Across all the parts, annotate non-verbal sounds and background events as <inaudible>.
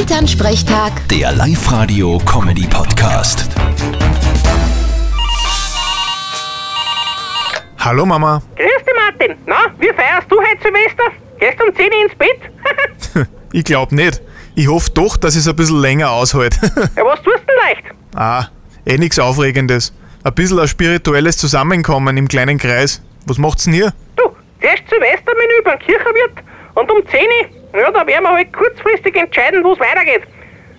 Elternsprechtag, Der Live-Radio-Comedy-Podcast. Hallo Mama. Grüß dich, Martin. Na, wie feierst du heute Silvester? Gehst um 10 Uhr ins Bett? <laughs> Ich glaub nicht. Ich hoffe doch, dass es ein bisschen länger aushält. <laughs> ja, was tust du denn leicht? ah, eh nix Aufregendes. Ein bisschen ein spirituelles Zusammenkommen im kleinen Kreis. Was macht's denn hier? Du, zuerst Silvestermenü beim Kirchenwirt und um 10 Uhr, ja, da werden wir halt kurzfristig entscheiden, wo es weitergeht.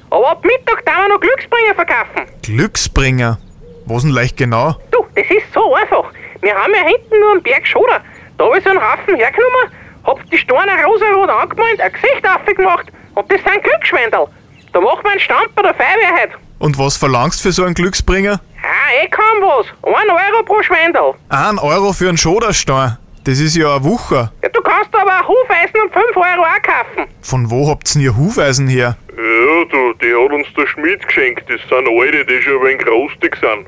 Aber ab Mittag darf man noch Glücksbringer verkaufen. Glücksbringer. Was denn leicht genau? Du, das ist so einfach. Wir haben ja hinten nur einen Berg Schoder. Da habe ich so einen Haufen hergenommen, hab die Steine rosarot angemalt, ein Gesicht aufgemacht und das sind Glücksschwendel. Da macht man einen Stand bei der Feuerwehr heute. Und was verlangst für so einen Glücksbringer? Ah, eh kaum was. 1 Euro pro Schwendel. Ein Euro für einen Schoderstein. Das ist ja ein Wucher. Ja, du kannst aber auch Hufeisen um 5 Euro auch kaufen. Von wo habt's denn ihr Hufeisen her? Ja, du, die hat uns der Schmied geschenkt. Das sind alte, die schon ein wenig rostig sind.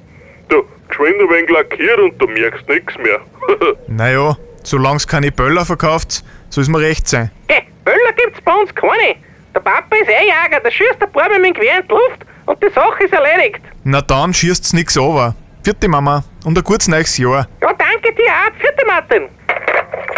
Du, geschwind ein wenig lackiert und du merkst nix mehr. <laughs> Naja, solang's keine Böller verkauft, soll's mir recht sein. Geh, Böller gibt's bei uns keine. Der Papa ist eh Jäger, der schießt ein paar Mal mit dem Gewehr in die Luft und die Sache ist erledigt. Na dann schießt's nix over. Vierte Mama und ein gutes neues Jahr. Ja, danke dir auch. Vierte Martin.